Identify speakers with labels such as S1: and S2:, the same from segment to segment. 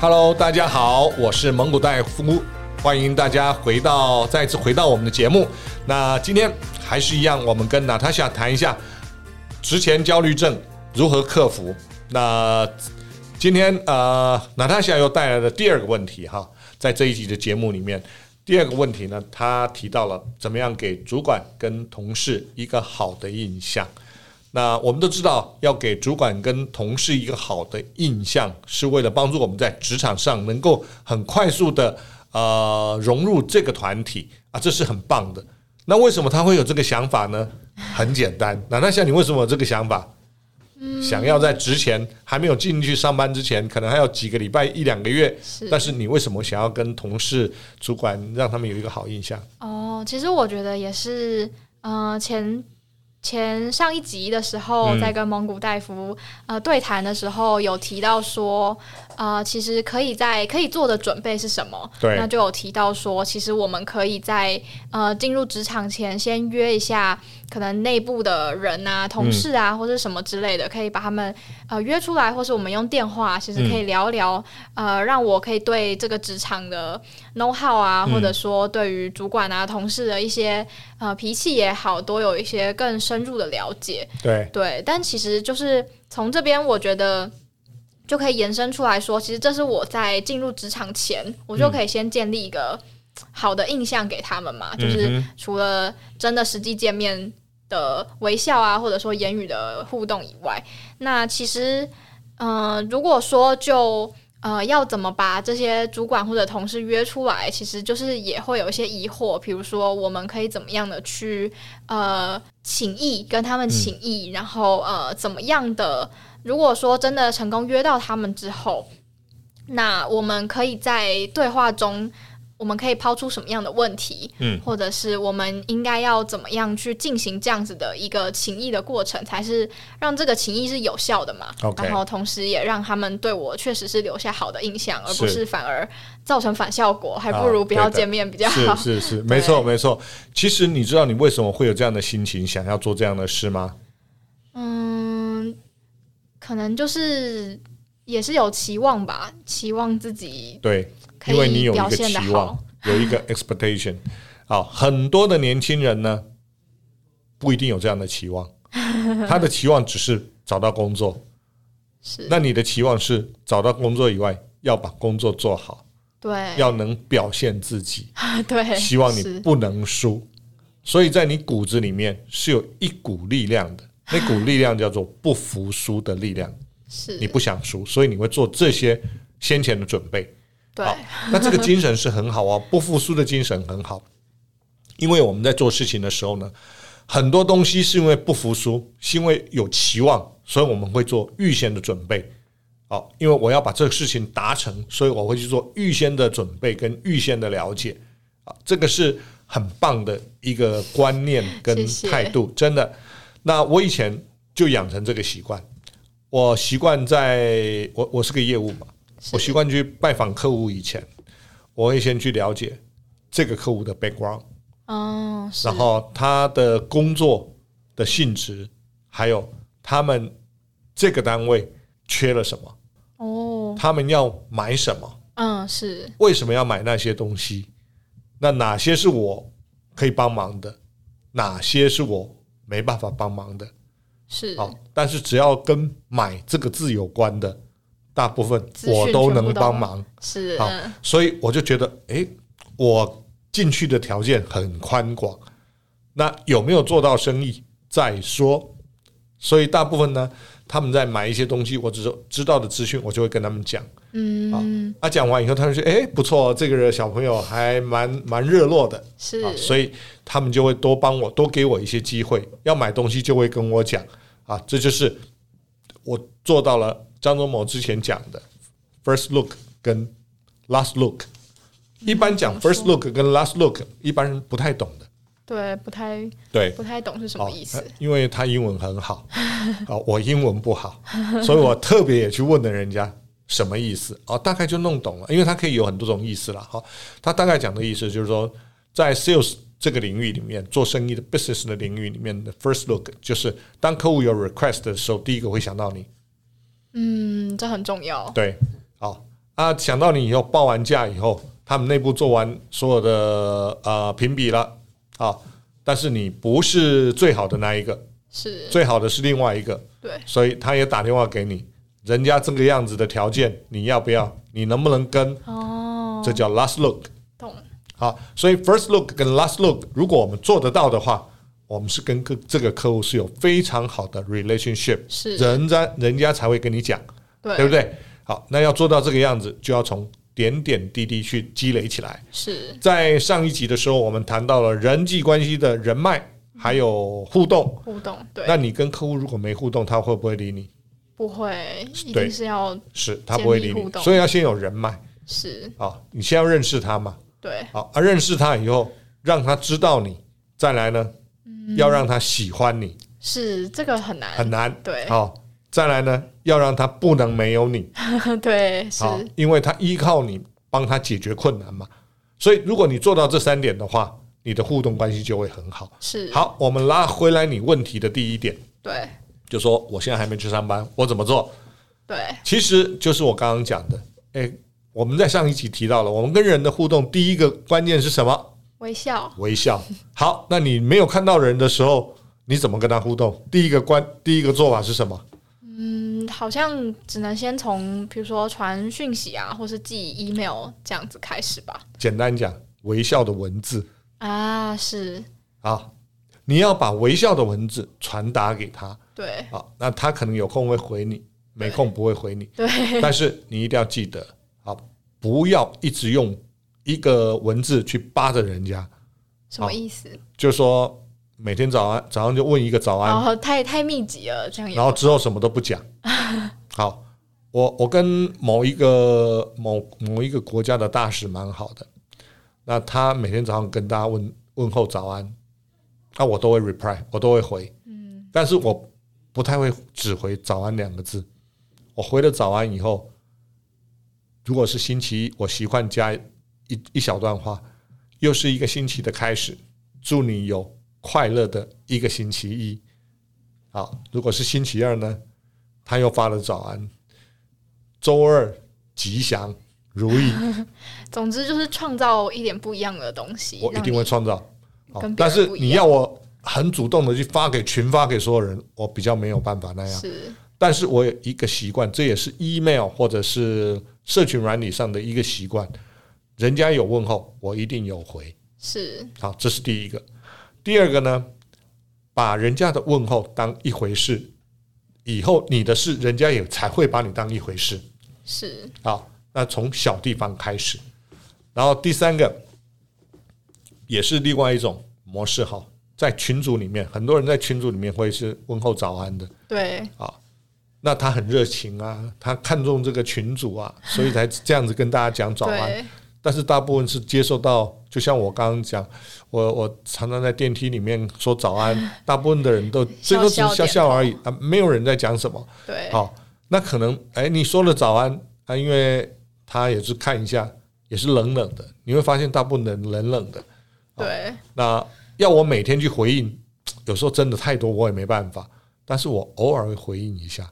S1: Hello，大家好，我是蒙古大夫，欢迎大家回到再次回到我们的节目。那今天还是一样，我们跟娜塔莎谈一下职前焦虑症如何克服。那今天呃，娜塔莎又带来的第二个问题哈，在这一集的节目里面，第二个问题呢，她提到了怎么样给主管跟同事一个好的印象。那我们都知道，要给主管跟同事一个好的印象，是为了帮助我们在职场上能够很快速的呃融入这个团体啊，这是很棒的。那为什么他会有这个想法呢？很简单，那那像你为什么有这个想法？想要在职前还没有进去上班之前，可能还有几个礼拜一两个月，
S2: 是
S1: 但是你为什么想要跟同事、主管让他们有一个好印象？
S2: 哦，其实我觉得也是，呃，前前上一集的时候，
S1: 嗯
S2: 在跟蒙古大夫呃对谈的时候，有提到说，呃，其实可以在可以做的准备是什么？
S1: 对
S2: 那就有提到说，其实我们可以在呃进入职场前，先约一下可能内部的人
S1: 嗯
S2: 啊、同事啊，或是什么之类的，可以把他们呃约出来，或是我们用电话，其实
S1: 嗯
S2: 可以聊一聊，呃，让我可以对这个职场的 know how 啊，
S1: 嗯
S2: 或者说对于主管啊、同事的一些呃脾气也好，都有一些更深入的了解。
S1: 对，
S2: 对，但其实就是从这边，我觉得就可以延伸出来说，其实这是我在进入职场前，我
S1: 嗯
S2: 就可以先建立一个好的印象给他们嘛，就是
S1: 嗯
S2: 除了真的实际见面的微笑啊，或者说言语的互动以外，那其实，嗯、如果说就。呃，要怎么把这些主管或者同事约出来？其实就是也会有一些疑惑，比如说我们可以怎么样的去呃请意，跟
S1: 嗯
S2: 他们请意，然后呃怎么样的？如果说真的成功约到他们之后，那我们可以在对话中，我们可以抛出什么样的问题，
S1: 嗯，
S2: 或者是我们应该要怎么样去进行这样子的一个情谊的过程，才是让这个情谊是有效的嘛。
S1: OK
S2: 然后同时也让他们对我确实是留下好的印象，而不
S1: 是
S2: 是反而造成反效果，还
S1: 啊
S2: 不如不要
S1: 对的
S2: 见面比较
S1: 是
S2: 好。
S1: 是是，没错没错。其实你知道你为什么会有这样的心情，想要做这样的事吗？
S2: 嗯，可能就是也是有期望吧，期望自己
S1: 对，
S2: 可
S1: 因为你
S2: 以
S1: 有一
S2: 表
S1: 个
S2: 现
S1: 期
S2: 的好
S1: 望。，有一个 expectation。好，很多的年轻人呢，不一定有这样的期 望，他的期望只是找到工作。
S2: 是
S1: 那你的期望是找到工作以外，要把工作做好，
S2: 对，
S1: 要能表现自己。
S2: 对，
S1: 希望你
S2: 是
S1: 不能输。所以在你骨子里面是有一股力量的，那股力量叫做不服输的力量。
S2: 是
S1: 你不想输，所以你会做这些先前的准备。
S2: 对
S1: 好， 那这个精神是很好啊，不服输的精神很好。因为我们在做事情的时候呢，很多东西是因为不服输，是因为有期望，所以我们会做预先的准备。好，因为我要把这个事情达成，所以我会去做预先的准备跟预先的了解。啊，这个是很棒的一个观念跟
S2: 谢谢
S1: 态度，真的。那我以前就养成这个习惯，我习惯在我我是个业务嘛，我习惯去拜访客户以前，我会先去了解这个客户的 background，
S2: 嗯，是
S1: 然后他的工作的性质，还有他们这个单位缺了什么，
S2: 哦，
S1: 他们要买什么，
S2: 嗯，是
S1: 为什么要买那些东西，那哪些是我可以帮忙的，哪些是我没办法帮忙的。
S2: 是
S1: 好，但是只要跟“买”这个字有关的，大部分
S2: 资讯
S1: 我都
S2: 全部
S1: 能
S2: 都
S1: 帮忙，
S2: 是，
S1: 好
S2: 嗯
S1: 所以我就觉得，诶，我进去的条件很宽广，那有没有做到生意再说。所以大部分呢，他们在买一些东西，我只是知道的资讯，我就会跟他们讲。
S2: 嗯，
S1: 啊，讲完以后，他们说：“诶，不错，哦这个小朋友还蛮蛮热络的。”
S2: 是
S1: 啊，所以他们就会多帮我，多给我一些机会。要买东西就会跟我讲啊，这就是我做到了张忠谋之前讲的 first look 跟 last look。一般讲
S2: 怎么
S1: first
S2: 说
S1: look 跟 last look，一般人不太懂的。
S2: 对，不太
S1: 对，
S2: 不太懂是什么意思
S1: 哦？因为他英文很好， 啊，我英文不好，所以我特别也去问了人家什么意思，哦，大概就弄懂了，因为它可以有很多种意思啦。好、他大概讲的意思就是说，在 sales 这个领域里面，做生意的 business 的领域里面的 first look 就是当客户有 request 的时候，第一个会想到你，
S2: 嗯，这很重要，
S1: 对，好、啊，啊，想到你以后报完价以后，他们内部做完所有的呃评比了啊，但是你不是最好的那一个，
S2: 是
S1: 最好的是另外一个，
S2: 对，
S1: 所以他也打电话给你，人家这个样子的条件你要不要？你能不能跟？
S2: 哦，
S1: 这叫 last look。
S2: 懂，
S1: 好，所以 first look 跟 last look，如果我们做得到的话，我们是跟个这个客户是有非常好的 relationship，
S2: 是
S1: 人家人家才会跟你讲，
S2: 对，
S1: 对不对？好，那要做到这个样子，就要从点点滴滴去积累起来。
S2: 是
S1: 在上一集的时候，我们谈到了人际关系的人脉还有互动。
S2: 互动，对，
S1: 那你跟客户如果没互动，他会不会理你？
S2: 不会，一
S1: 对
S2: 定是要
S1: 是他不会理
S2: 建立
S1: 你
S2: 互，动
S1: 所以要先有人脉
S2: 是，
S1: 啊，你先要认识他嘛。
S2: 对，
S1: 好，而认识他以后，让他知道你，再来呢，
S2: 嗯
S1: 要让他喜欢你，
S2: 是这个很难，
S1: 很难。
S2: 对，
S1: 好，再来呢，要让他不能没有你，
S2: 对，是，
S1: 好，因为他依靠你帮他解决困难嘛。所以，如果你做到这三点的话，你的互动关系就会很好。
S2: 是，
S1: 好，我们拉回来你问题的第一点，
S2: 对，
S1: 就说我现在还没去上班，我怎么做？
S2: 对，
S1: 其实就是我刚刚讲的，诶，我们在上一集提到了，我们跟人的互动第一个关键是什么？
S2: 微笑，
S1: 微笑。好，那你没有看到人的时候，你怎么跟他互动？第一个关，第一个做法是什么？
S2: 嗯，好像只能先从比如说传讯息啊，或是寄 email 这样子开始吧。
S1: 简单讲，微笑的文字
S2: 啊，是，
S1: 啊，你要把微笑的文字传达给他
S2: 对，
S1: 啊，那他可能有空会回你，没空不会回你。
S2: 对，
S1: 但是你一定要记得啊，不要一直用一个文字去扒着人家，
S2: 什么
S1: 好
S2: 意思？
S1: 就说每天早安，早上就问一个早安，
S2: 然后哦太太密集了，这样也
S1: 然后之后什么都不讲。好，我我跟某一个某某一个国家的大使蛮好的，那他每天早上跟大家问问候早安，那我都会 reply，我都会回，嗯，但是我不太会只回早安两个字。我回了早安以后，如果是星期一，我习惯加一一小段话，又是一个星期的开始，祝你有快乐的一个星期一。好，啊如果是星期二呢，他又发了早安，周二吉祥如 意，
S2: 总之就是创造一点不一样的东西，
S1: 我一
S2: 让
S1: 定
S2: 你
S1: 会创造。好
S2: 跟，别
S1: 但是
S2: 人不一
S1: 你
S2: 样
S1: 要我很主动的去发给群发给所有人，我比较没有办法那样。
S2: 是
S1: 但是我有一个习惯，这也是 email 或者是社群软体上的一个习惯，人家有问候，我一定有回。
S2: 是
S1: 好，这是第一个。第二个呢，把人家的问候当一回事，以后你的事，人家也才会把你当一回事。
S2: 是
S1: 好，那从小地方开始，然后第三个也是另外一种模式哈，在群组里面，很多人在群组里面会是问候早安的，
S2: 对
S1: 那他很热情啊，他看重这个群组啊，所以才这样子跟大家讲早安。
S2: 对
S1: 但是大部分是接受到，就像我刚刚讲，我我常常在电梯里面说早 安，大部分的人都最多只
S2: 笑
S1: 是笑
S2: 笑点
S1: 笑而已啊，没有人在讲什么。
S2: 对
S1: 好，那可能哎，你说了早安啊，因为他也是看一下，也是冷冷的，你会发现大部分人冷冷的。
S2: 对
S1: 那要我每天去回应，有时候真的太多，我也没办法。但是我偶尔会回应一下，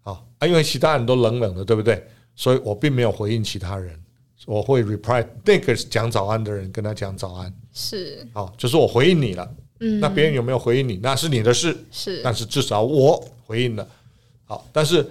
S1: 好啊，因为其他人都冷冷的，对不对？所以我并没有回应其他人，我会 reply 那个讲早安的人，跟他讲早安，
S2: 是
S1: 好，就是我回应你了。
S2: 嗯
S1: 那别人有没有回应你，那是你的事。
S2: 是
S1: 但是至少我回应了，好，但是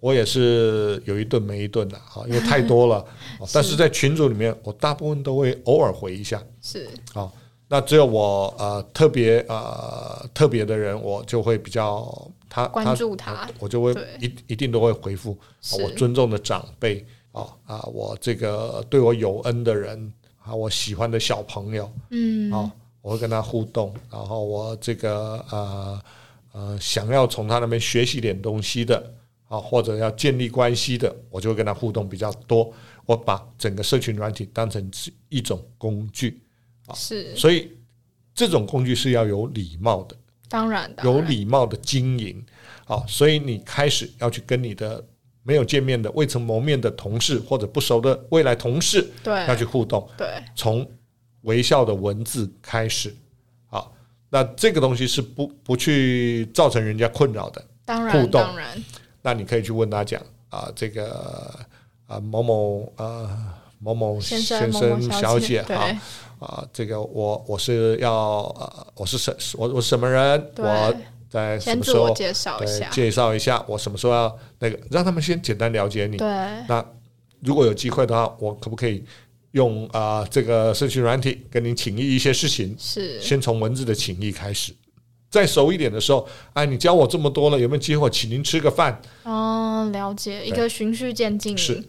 S1: 我也是有一顿没一顿的，好，因为太多了，好但是在群组里面，我大部分都会偶尔回一下，
S2: 是
S1: 好，那只有我呃特别呃特别的人，我就会比较他
S2: 关注他
S1: 我就会
S2: 对
S1: 一一定都会回复啊
S2: 是
S1: 我尊重的长辈啊啊，我这个对我有恩的人啊，我喜欢的小朋友，
S2: 嗯
S1: 啊、我会跟他互动，然后我这个呃呃想要从他那边学习点东西的啊，或者要建立关系的，我就会跟他互动比较多。我把整个社群软体当成是一种工具，
S2: 是
S1: 所以这种工具是要有礼貌的，
S2: 当然的
S1: 有礼貌的经营。好，所以你开始要去跟你的没有见面的、未曾谋面的同事或者不熟的未来同事要
S2: 对
S1: 去互动。
S2: 对
S1: 从微笑的文字开始。好，那这个东西是不不去造成人家困扰的。
S2: 当
S1: 互
S2: 然
S1: 动
S2: 当然
S1: 那你可以去问他讲啊，这个啊、啊、某某啊、某某
S2: 先生
S1: 先
S2: 某
S1: 生
S2: 某
S1: 小
S2: 小
S1: 姐
S2: 姐对
S1: 哈啊，这个我我是要呃我是什我我是什么人，
S2: 对
S1: 我在什
S2: 先
S1: 么
S2: 自
S1: 时候
S2: 我介绍一
S1: 对
S2: 下，
S1: 介绍一下我什么时候要那个，让他们先简单了解你。
S2: 对
S1: 那如果有机会的话，我可不可以用啊、这个社群软体跟您请益一些事情？
S2: 是
S1: 先从文字的请益开始，再熟一点的时候，哎，你教我这么多了，有没有机会我请您吃个饭？
S2: 哦，了解一
S1: 对
S2: 个循序渐进
S1: 是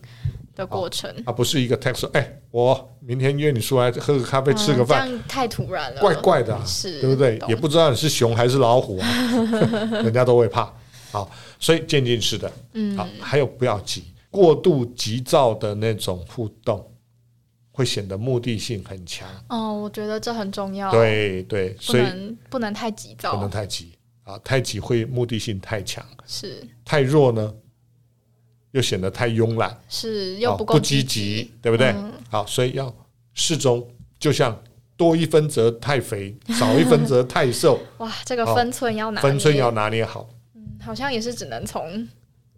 S2: 的过程。
S1: 啊，不是一个 text，说哎，我明天约你出来喝个咖啡，吃个
S2: 嗯
S1: 饭，
S2: 这样嗯太突然了，
S1: 怪怪的啊、
S2: 是
S1: 对不对？
S2: 懂
S1: 也不知道你是熊还是老虎 啊，人家都会怕。好，所以渐进式的，
S2: 嗯
S1: 好，还有不要急，过度急躁的那种互动，会显得目的性很强。
S2: 哦，我觉得这很重要，，
S1: 对对，
S2: 哦不
S1: 所以
S2: 能不能太急
S1: 不
S2: 躁
S1: 能，太急啊，太急会目的性太强，
S2: 是
S1: 太弱呢，又显得太慵懒，
S2: 是
S1: 啊
S2: 又
S1: 不
S2: 够
S1: 积
S2: 极，
S1: 极，对不对？
S2: 嗯
S1: 好，所以要适中，就像多一分则太肥，少一分则太 瘦，
S2: 哇，这个
S1: 哦
S2: 分寸要拿捏，
S1: 分寸要拿捏好。
S2: 嗯好像也是只能从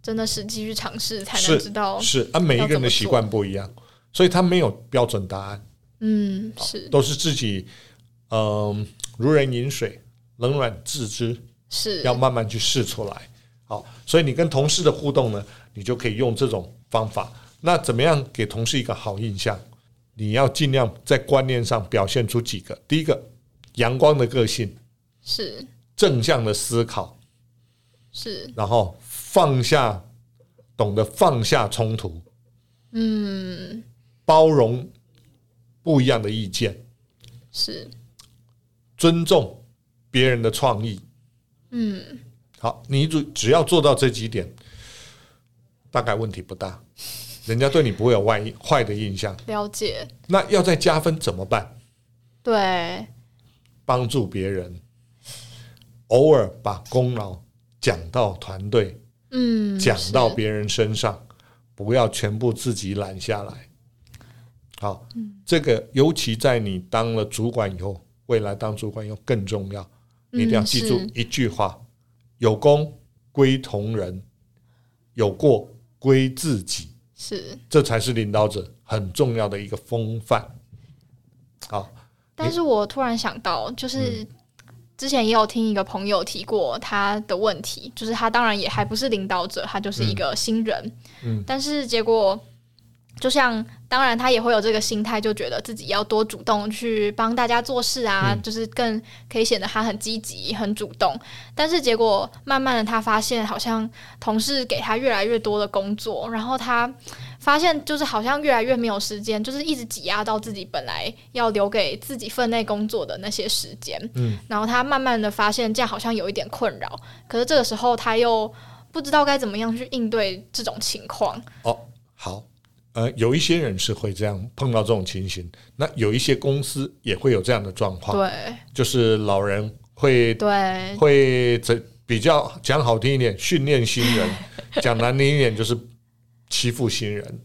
S2: 真的实际去尝试才
S1: 是
S2: 能知道，
S1: 是啊，每一个人的习惯不一样，所以他没有标准答案，
S2: 嗯，是
S1: 都是自己嗯、如人饮水，冷暖自知，
S2: 是
S1: 要慢慢去试出来。好，所以你跟同事的互动呢，你就可以用这种方法。那怎么样给同事一个好印象？你要尽量在观念上表现出几个：第一个，阳光的个性，
S2: 是
S1: 正向的思考，
S2: 是，
S1: 然后放下，懂得放下冲突，
S2: 嗯，
S1: 包容不一样的意见，
S2: 是
S1: 尊重别人的创意。
S2: 嗯，
S1: 好，你只只要做到这几点，大概问题不大，人家对你不会有外意坏的印象。
S2: 了解，
S1: 那要再加分怎么办？
S2: 对，
S1: 帮助别人，偶尔把功劳讲到团队，
S2: 嗯，
S1: 讲
S2: 是
S1: 到别人身上，不要全部自己揽下来。好，
S2: 嗯
S1: 这个尤其在你当了主管以后，未来当主管以后更重要，你一定要
S2: 嗯
S1: 记住
S2: 是
S1: 一句话：有功归同仁，有过归自己。
S2: 是，
S1: 这才是领导者很重要的一个风范。好，
S2: 但是我突然想到，
S1: 嗯
S2: 就是之前也有听一个朋友提过他的问题，就是他当然也还不是领导者，他就是一个新人，
S1: 嗯
S2: 但是结果。就像，当然他也会有这个心态，就觉得自己要多主动去帮大家做事啊，
S1: 嗯
S2: 就是更可以显得他很积极、很主动。但是结果慢慢的，他发现好像同事给他越来越多的工作，然后他发现就是好像越来越没有时间，就是一直挤压到自己本来要留给自己分内工作的那些时间。
S1: 嗯，
S2: 然后他慢慢的发现这样好像有一点困扰，可是这个时候他又不知道该怎么样去应对这种情况。
S1: 哦，好，呃，有一些人是会这样碰到这种情形，那有一些公司也会有这样的状况，
S2: 对
S1: 就是老人会
S2: 对，
S1: 会这比较讲好听一点，训练新人；讲难听一点，就是欺负新人。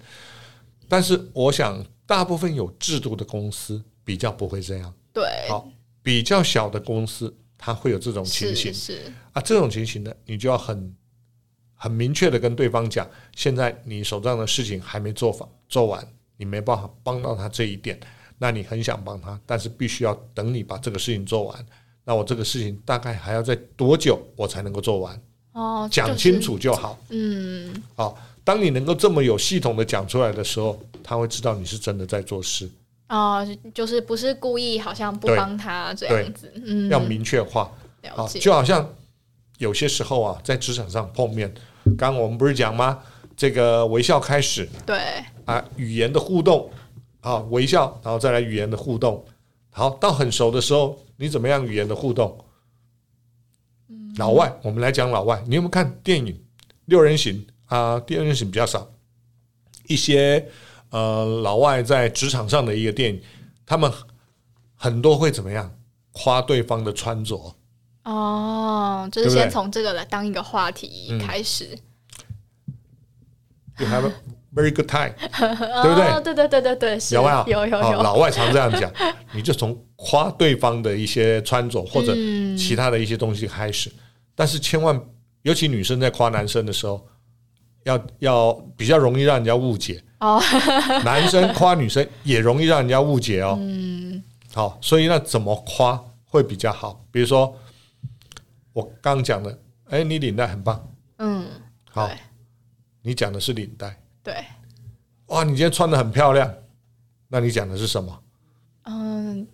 S1: 但是我想，大部分有制度的公司比较不会这样，
S2: 对，
S1: 好比较小的公司它会有这种情
S2: 是
S1: 形。
S2: 是，
S1: 啊，这种情形呢，你就要很很明确的跟对方讲，现在你手上的事情还没做法做完，你没办法帮到他这一点，那你很想帮他，但是必须要等你把这个事情做完。那我这个事情大概还要再多久我才能够做完？
S2: 哦，
S1: 讲
S2: 就是
S1: 清，楚就好。
S2: 嗯，
S1: 当你能够这么有系统的讲出来的时候，他会知道你是真的在做事。
S2: 哦，就是不是故意，好像不
S1: 对
S2: 帮他这
S1: 对
S2: 样子，嗯，
S1: 要明确化，
S2: 了
S1: 啊，
S2: 解，
S1: 就好像有些时候啊，在职场上碰面，刚刚我们不是讲吗？这个微笑开始，
S2: 对，
S1: 啊，语言的互动，啊，微笑，然后再来语言的互动。好，到很熟的时候，你怎么样语言的互动？
S2: 嗯
S1: 老外，我们来讲老外，你有没有看电影《六人行》啊？《六人行》比较少，一些呃老外在职场上的一个电影，他们很多会怎么样？夸对方的穿着，
S2: 哦，就
S1: 对
S2: 是
S1: 不对
S2: 先从这个来当一个话题开始，
S1: you have a very good time，对
S2: 对
S1: 不对
S2: 哦对对对对对，是
S1: 有没有？
S2: 有有
S1: 哦
S2: 有，
S1: 老外常这样讲，你就从夸对方的一些穿着或者
S2: 嗯
S1: 其他的一些东西开始，但是千万， 尤其女生在夸男生的时候，要要比较容易让人家误解。
S2: 哦，
S1: 男生夸女生也容易让人家误解哦。
S2: 嗯，
S1: 好，所以那怎么夸会比较好？比如说我刚刚讲的，哎，你领带很棒，
S2: 嗯，
S1: 好
S2: 对，
S1: 你讲的是领带，
S2: 对，
S1: 哇，你今天穿的很漂亮，那你讲的是什么？
S2: 嗯，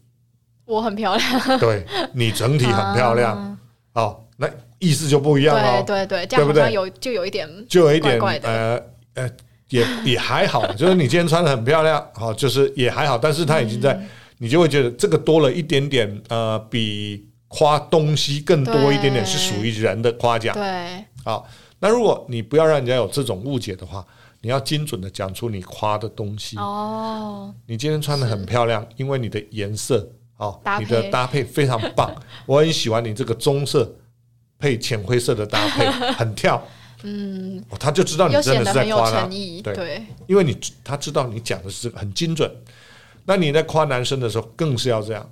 S2: 我很漂亮，
S1: 对你整体很漂 亮，好，那意思就不一样
S2: 啊，
S1: 哦，
S2: 对对对，
S1: 对
S2: 这
S1: 不
S2: 样好
S1: 对
S2: 像有就有一点，
S1: 就有一点
S2: 怪怪的
S1: 呃呃，也也还 好，就是你今天穿的很漂亮，好，就是也还好，但是他已经在，
S2: 嗯
S1: 你就会觉得这个多了一点点，呃，比夸东西更多一点点，
S2: 对
S1: 是属于人的夸奖。
S2: 对，
S1: 好，那如果你不要让人家有这种误解的话，你要精准的讲出你夸的东西。
S2: 哦，
S1: 你今天穿的很漂亮，因为你的颜色哦
S2: 搭，
S1: 你
S2: 配
S1: 的搭配非常棒， 我很喜欢你这个棕色配浅灰色的搭 配，很跳。
S2: 嗯，
S1: 哦他就知道你
S2: 又
S1: 真
S2: 显
S1: 的
S2: 得
S1: 是在
S2: 很有
S1: 夸他
S2: 诚，意，
S1: 对
S2: 对，
S1: 因为你他知道你讲的是很精准。那你在夸男生的时候，更是要这样。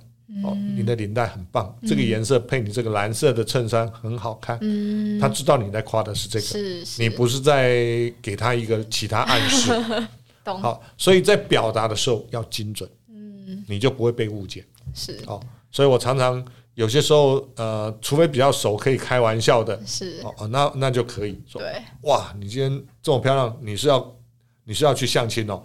S1: 哦，
S2: 嗯
S1: 你的领带很棒，这个颜色配你这个蓝色的衬衫很好看。
S2: 嗯，
S1: 他知道你在夸的是这个，
S2: 是是，
S1: 你不是在给他一个其他暗示。
S2: 懂，
S1: 好，所以在表达的时候要精准，
S2: 嗯，
S1: 你就不会被误解。
S2: 是
S1: 哦，所以我常常有些时候，呃，除非比较熟，可以开玩笑的，
S2: 是，
S1: 哦哦，那那就可以说，
S2: 对，
S1: 哇，你今天这么漂亮，你是要你是要去相亲哦，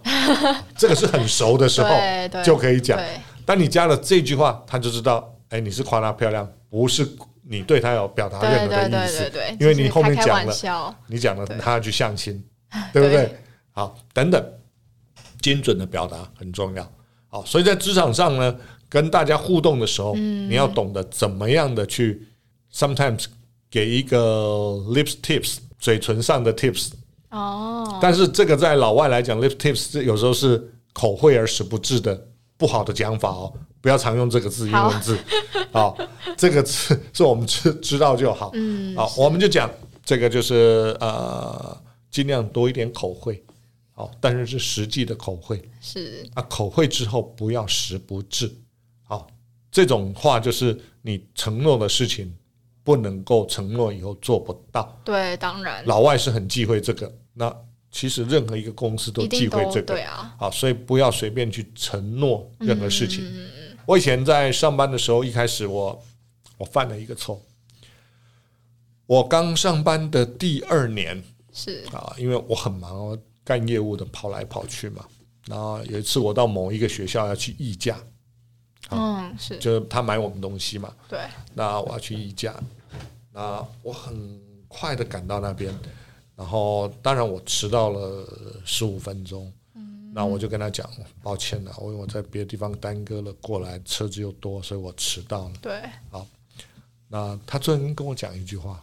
S1: 这个是很熟的时候
S2: 对对
S1: 就可以讲。
S2: 对，
S1: 但你加了这句话，他就知道，哎，你是夸她漂亮，不是你对她有表达任
S2: 对
S1: 何的
S2: 对
S1: 意
S2: 对对
S1: 思，
S2: 对，
S1: 因为
S2: 就是
S1: 你后面
S2: 开开
S1: 讲
S2: 玩
S1: 了
S2: 笑
S1: 你讲了
S2: 对
S1: 她要去相亲，对不对？
S2: 对
S1: 好，等等，精准的表达很重要。好，所以在职场上呢，跟大家互动的时候，你要懂得怎么样的去，sometimes 给一个 lips tips 嘴唇上的 tips，
S2: 哦，
S1: 但是这个在老外来讲，lip tips 是有时候是口惠而实不至的不好的讲法哦，不要常用这个字，英文字。好、这个字 是我们知知道就好。
S2: 嗯，
S1: 好，我们就讲这个就是呃，尽量多一点口惠，好、但是是实际的口惠
S2: 是，
S1: 啊，口惠之后不要实不至。好、这种话就是你承诺的事情不能够承诺以后做不到。
S2: 对，当然
S1: 老外是很忌讳这个。那其实任何一个公司都
S2: 一
S1: 忌
S2: 定
S1: 讳
S2: 都
S1: 这个
S2: 对，啊，
S1: 好，所以不要随便去承诺任何事情。
S2: 嗯
S1: 我以前在上班的时候，一开始我我犯了一个错。我刚上班的第二年
S2: 是，
S1: 啊，因为我很忙哦，干业务的跑来跑去嘛。然后有一次我到某一个学校要去议价，
S2: 嗯是，
S1: 就是他买我们东西嘛，
S2: 对，
S1: 那我要去议价，那我很快的赶到那边，然后当然我迟到了十五分钟，那我就跟他讲，抱歉了，因为我在别的地方耽搁了过来，车子又多，所以我迟到了。
S2: 对，
S1: 那他突然跟我讲一句话，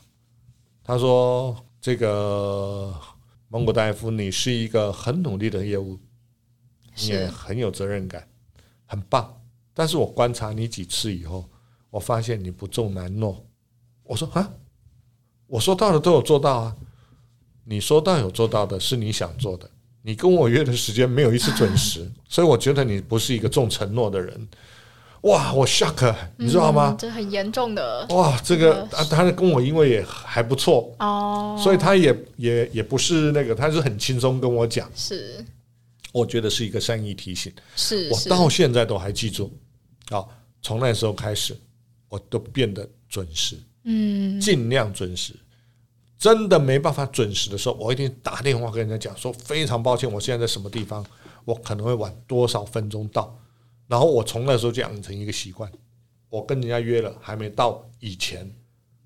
S1: 他说：“这个蒙古大夫，你是一个很努力的业务，你也
S2: 是
S1: 很有责任感，很棒。但是我观察你几次以后，我发现你不重难诺。”我说：“啊，我说到的都有做到啊，你说到有做到的是你想做的，你跟我约的时间没有一次准时，所以我觉得你不是一个重承诺的人。”哇，我 shock，你知道吗？
S2: 嗯这很严重的
S1: 哇，这个
S2: 这
S1: 啊，他跟我因为也还不错，
S2: 哦，
S1: 所以他也也也不是那个，他是很轻松跟我讲，
S2: 是
S1: 我觉得是一个善意提醒，
S2: 是
S1: 我
S2: 是，
S1: 到现在都还记住。啊，从那时候开始，我都变得准时，
S2: 嗯
S1: 尽量准时。真的没办法准时的时候，我一定打电话跟人家讲说，非常抱歉，我现在在什么地方，我可能会晚多少分钟到。然后我从那时候就养成一个习惯，我跟人家约了还没到以前，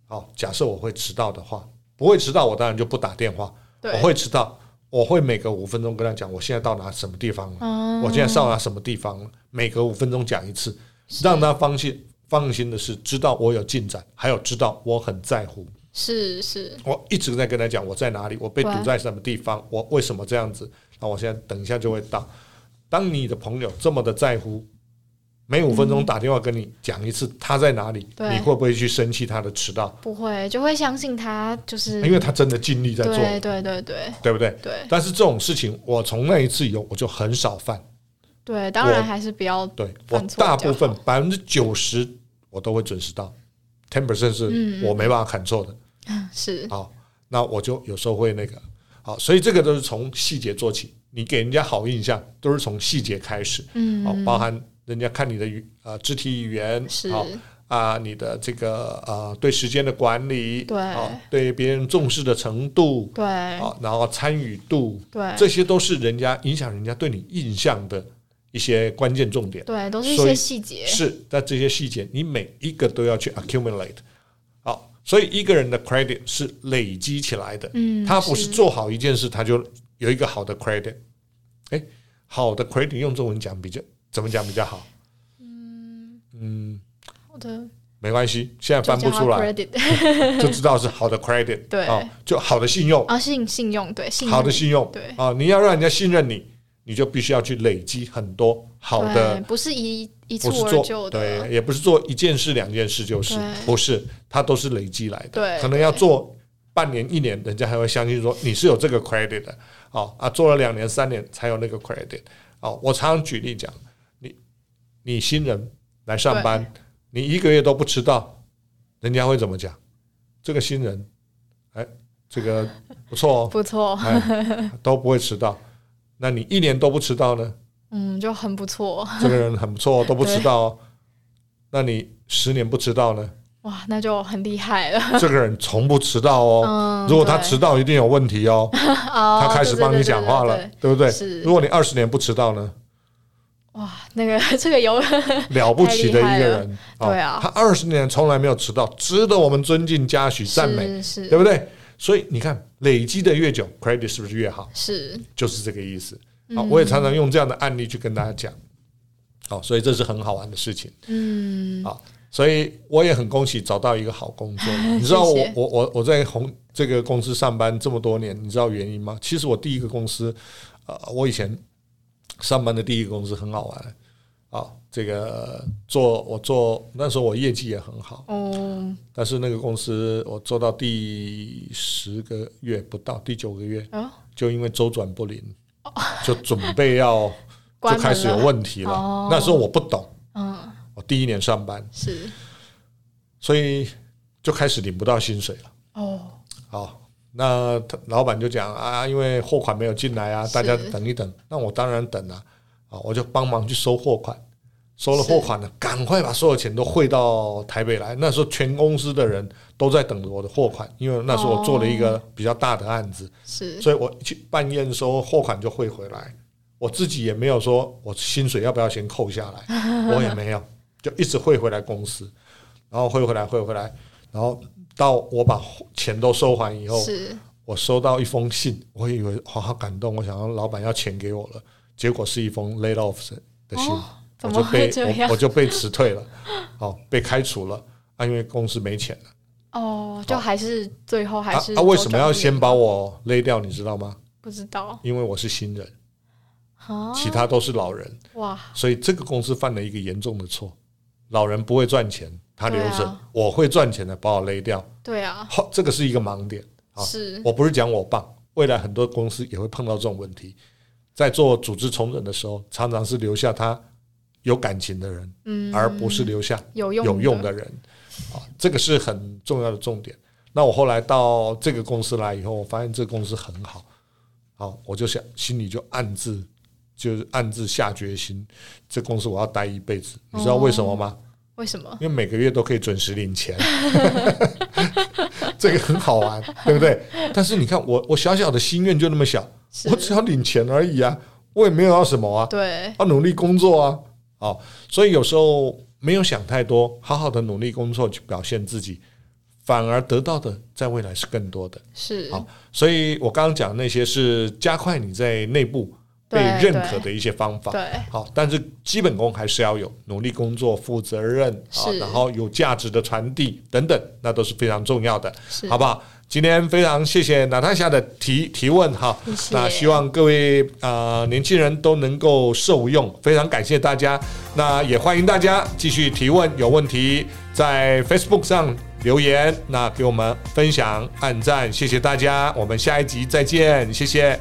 S1: 好，假设我会迟到的话，不会迟到我当然就不打电话，
S2: 对
S1: 我会迟到，我会每隔五分钟跟他讲我现在到哪什么地方了，
S2: 嗯
S1: 我现在到达什么地方了，每隔五分钟讲一次，让他放心放心的是知道我有进展，还有知道我很在乎。
S2: 是是
S1: 我一直在跟他讲我在哪里，我被堵
S2: 对
S1: 在什么地方，我为什么这样子？那我现在等一下就会到。当你的朋友这么的在乎，每五分钟打电话跟你讲一次他在哪里，
S2: 对
S1: 你会不会去生气他的迟到？
S2: 不会就会相信他，就是
S1: 因为他真的尽力在做，
S2: 嗯对对对对
S1: 对不对？
S2: 对
S1: 但是这种事情，我从那一次以后，我就很少犯。
S2: 对，当然还是不要
S1: 对我
S2: 犯错
S1: 大
S2: 比较
S1: 部分
S2: 好
S1: 百分之九十我都会准时到，ten percent
S2: 嗯
S1: 是我没办法砍错的。
S2: 是
S1: 好，那我就有时候会那个，好，所以这个都是从细节做起。你给人家好印象，都是从细节开始，
S2: 嗯
S1: 哦，包含人家看你的语呃肢体语言，
S2: 是
S1: 好啊、你的这个呃对时间的管理，
S2: 对
S1: 哦，对别人重视的程度，
S2: 对
S1: 哦，然后参与度，
S2: 对
S1: 这些都是人家影响人家对你印象的一些关键重点。
S2: 对，都是一
S1: 所以
S2: 些细节，
S1: 是，但这些细节你每一个都要去 accumulate。好，所以一个人的 credit 是累积起来的，
S2: 嗯，
S1: 他不是做好一件事他就有一个好的 credit。哎，好的 credit 用中文讲比较怎么讲比较好？嗯，
S2: 好的，
S1: 没关系，现在翻不出来，
S2: 就叫它 credit
S1: 就知道是好的 credit。
S2: 对
S1: 哦，就好的信用，
S2: 啊，信信用对，信
S1: 好的
S2: 用
S1: 信用，
S2: 对
S1: 啊，你要让人家信任你，你就必须要去累积很多好的
S2: 对不是一一蹴
S1: 不是
S2: 而就
S1: 做
S2: 的
S1: 对，，也不是做一件事、两件事就是
S2: 对，
S1: 不是，它都是累积来的。
S2: 对
S1: 可能要做半年、一年，人家还会相信说你是有这个 credit 的。哦啊，做了两年、三年才有那个 credit。哦，我常常举例讲，你你新人来上班，你一个月都不迟到，人家会怎么讲？这个新人，哎，这个不错哦，
S2: 不错，
S1: 哎，都不会迟到。那你一年都不迟到呢？
S2: 嗯，就很不错，
S1: 这个人很不错哦，都不迟到哦。那你十年不迟到呢？
S2: 哇，那就很厉害了。
S1: 这个人从不迟到哦。
S2: 嗯，
S1: 如果他
S2: 对
S1: 迟，到，一定有问题哦。
S2: 他
S1: 他开始帮你讲话了，对不对？
S2: 是
S1: 如果你二十年不迟到 呢？
S2: 哇，那个 这个有，
S1: 了不起的一个人，哦
S2: 太厉害了对啊
S1: 他二十年从来没有迟到，值得我们尊敬、嘉许、赞美，
S2: 是是
S1: 对不对？所以你看，累积的越久，credit 是不是越好？
S2: 是，
S1: 就是这个意思。好，我也常常用这样的案例去跟大家讲。好，所以这是很好玩的事情。
S2: 嗯，
S1: 好，啊所以我也很恭喜找到一个好工 作。你知道我
S2: 谢谢
S1: 我我我在红这个公司上班这么多年，你知道原因吗？其实我第一个公司，呃，我以前上班的第一个公司很好玩啊，这个做我做那时候我业绩也很好，
S2: 哦，
S1: 但是那个公司我做到第十个月不到，第九个月
S2: 哦
S1: 就因为周转不灵，就准备要就
S2: 关
S1: 开始有
S2: 门了
S1: 问题了
S2: 哦。
S1: 那时候我不懂，
S2: 嗯，
S1: 我第一年上班。
S2: 是，
S1: 所以就开始领不到薪水了。
S2: 哦，
S1: 好，那他老板就讲啊，因为货款没有进来啊，
S2: 是
S1: 大家等一等。那我当然等了、啊，我就帮忙去收货款。收了货款了，赶快把所有钱都汇到台北来。那时候全公司的人都在等着我的货款，因为那时候我做了一个比较大的案子，
S2: 是，
S1: 所以我去办验收货款就汇回来。我自己也没有说我薪水要不要先扣下 来，我也没有，就一直汇回来公司，然后汇回来汇回来，然后到我把钱都收还以后，
S2: 是，
S1: 我收到一封信，我以为好好感动，我想要老板要钱给我了，结果是一封 laid off 的信，
S2: 哦怎
S1: 我
S2: 么
S1: 就
S2: 会
S1: 被
S2: 这
S1: 我
S2: 样
S1: 我就被辞退了，哦，被开除了，啊，因为公司没钱了。
S2: 哦，就还是最后还
S1: 啊
S2: 是
S1: 啊，为什么要
S2: 周转
S1: 先
S2: 不了
S1: 把我勒掉？你知道吗？
S2: 不知道
S1: 因为我是新人。
S2: 啊？
S1: 其他都是老人，
S2: 哇，
S1: 所以这个公司犯了一个严重的错，老人不会赚钱，他留着；
S2: 对啊
S1: 我会赚钱的，把我勒掉。
S2: 对啊，
S1: 好，这个是一个盲点。好
S2: 是，
S1: 我不是讲我棒，未来很多公司也会碰到这种问题，在做组织重整的时候，常常是留下他有感情的人，
S2: 嗯，
S1: 而不是留下
S2: 有用
S1: 有用的人。啊，这个是很重要的重点。那我后来到这个公司来以后，我发现这个公司很好，好，我就想心里就暗自就是暗自下决心，这公司我要待一辈子。你知道为什么吗？
S2: 为什么？
S1: 因为每个月都可以准时领钱， 这个很好玩，对不对？但是你看我，我小小的心愿就那么小，
S2: 是
S1: 我只要领钱而已啊，我也没有要什么啊，
S2: 对，
S1: 要努力工作啊，哦，所以有时候没有想太多，好好的努力工作去表现自己，反而得到的在未来是更多的。
S2: 是，
S1: 好所以我刚刚讲那些是加快你在内部被
S2: 对
S1: 认可的
S2: 对
S1: 一些方法。
S2: 对，
S1: 好，但是基本功还是要有，努力工作、负责任啊，
S2: 是
S1: 然后有价值的传递等等，那都是非常重要的，
S2: 是
S1: 好不好？今天非常谢谢娜塔夏的提提问哈，
S2: 谢谢
S1: 那希望各位呃年轻人都能够受用，非常感谢大家。那也欢迎大家继续提问，有问题在 Facebook 上留言，那给我们分享、按赞，谢谢大家，我们下一集再见，谢谢。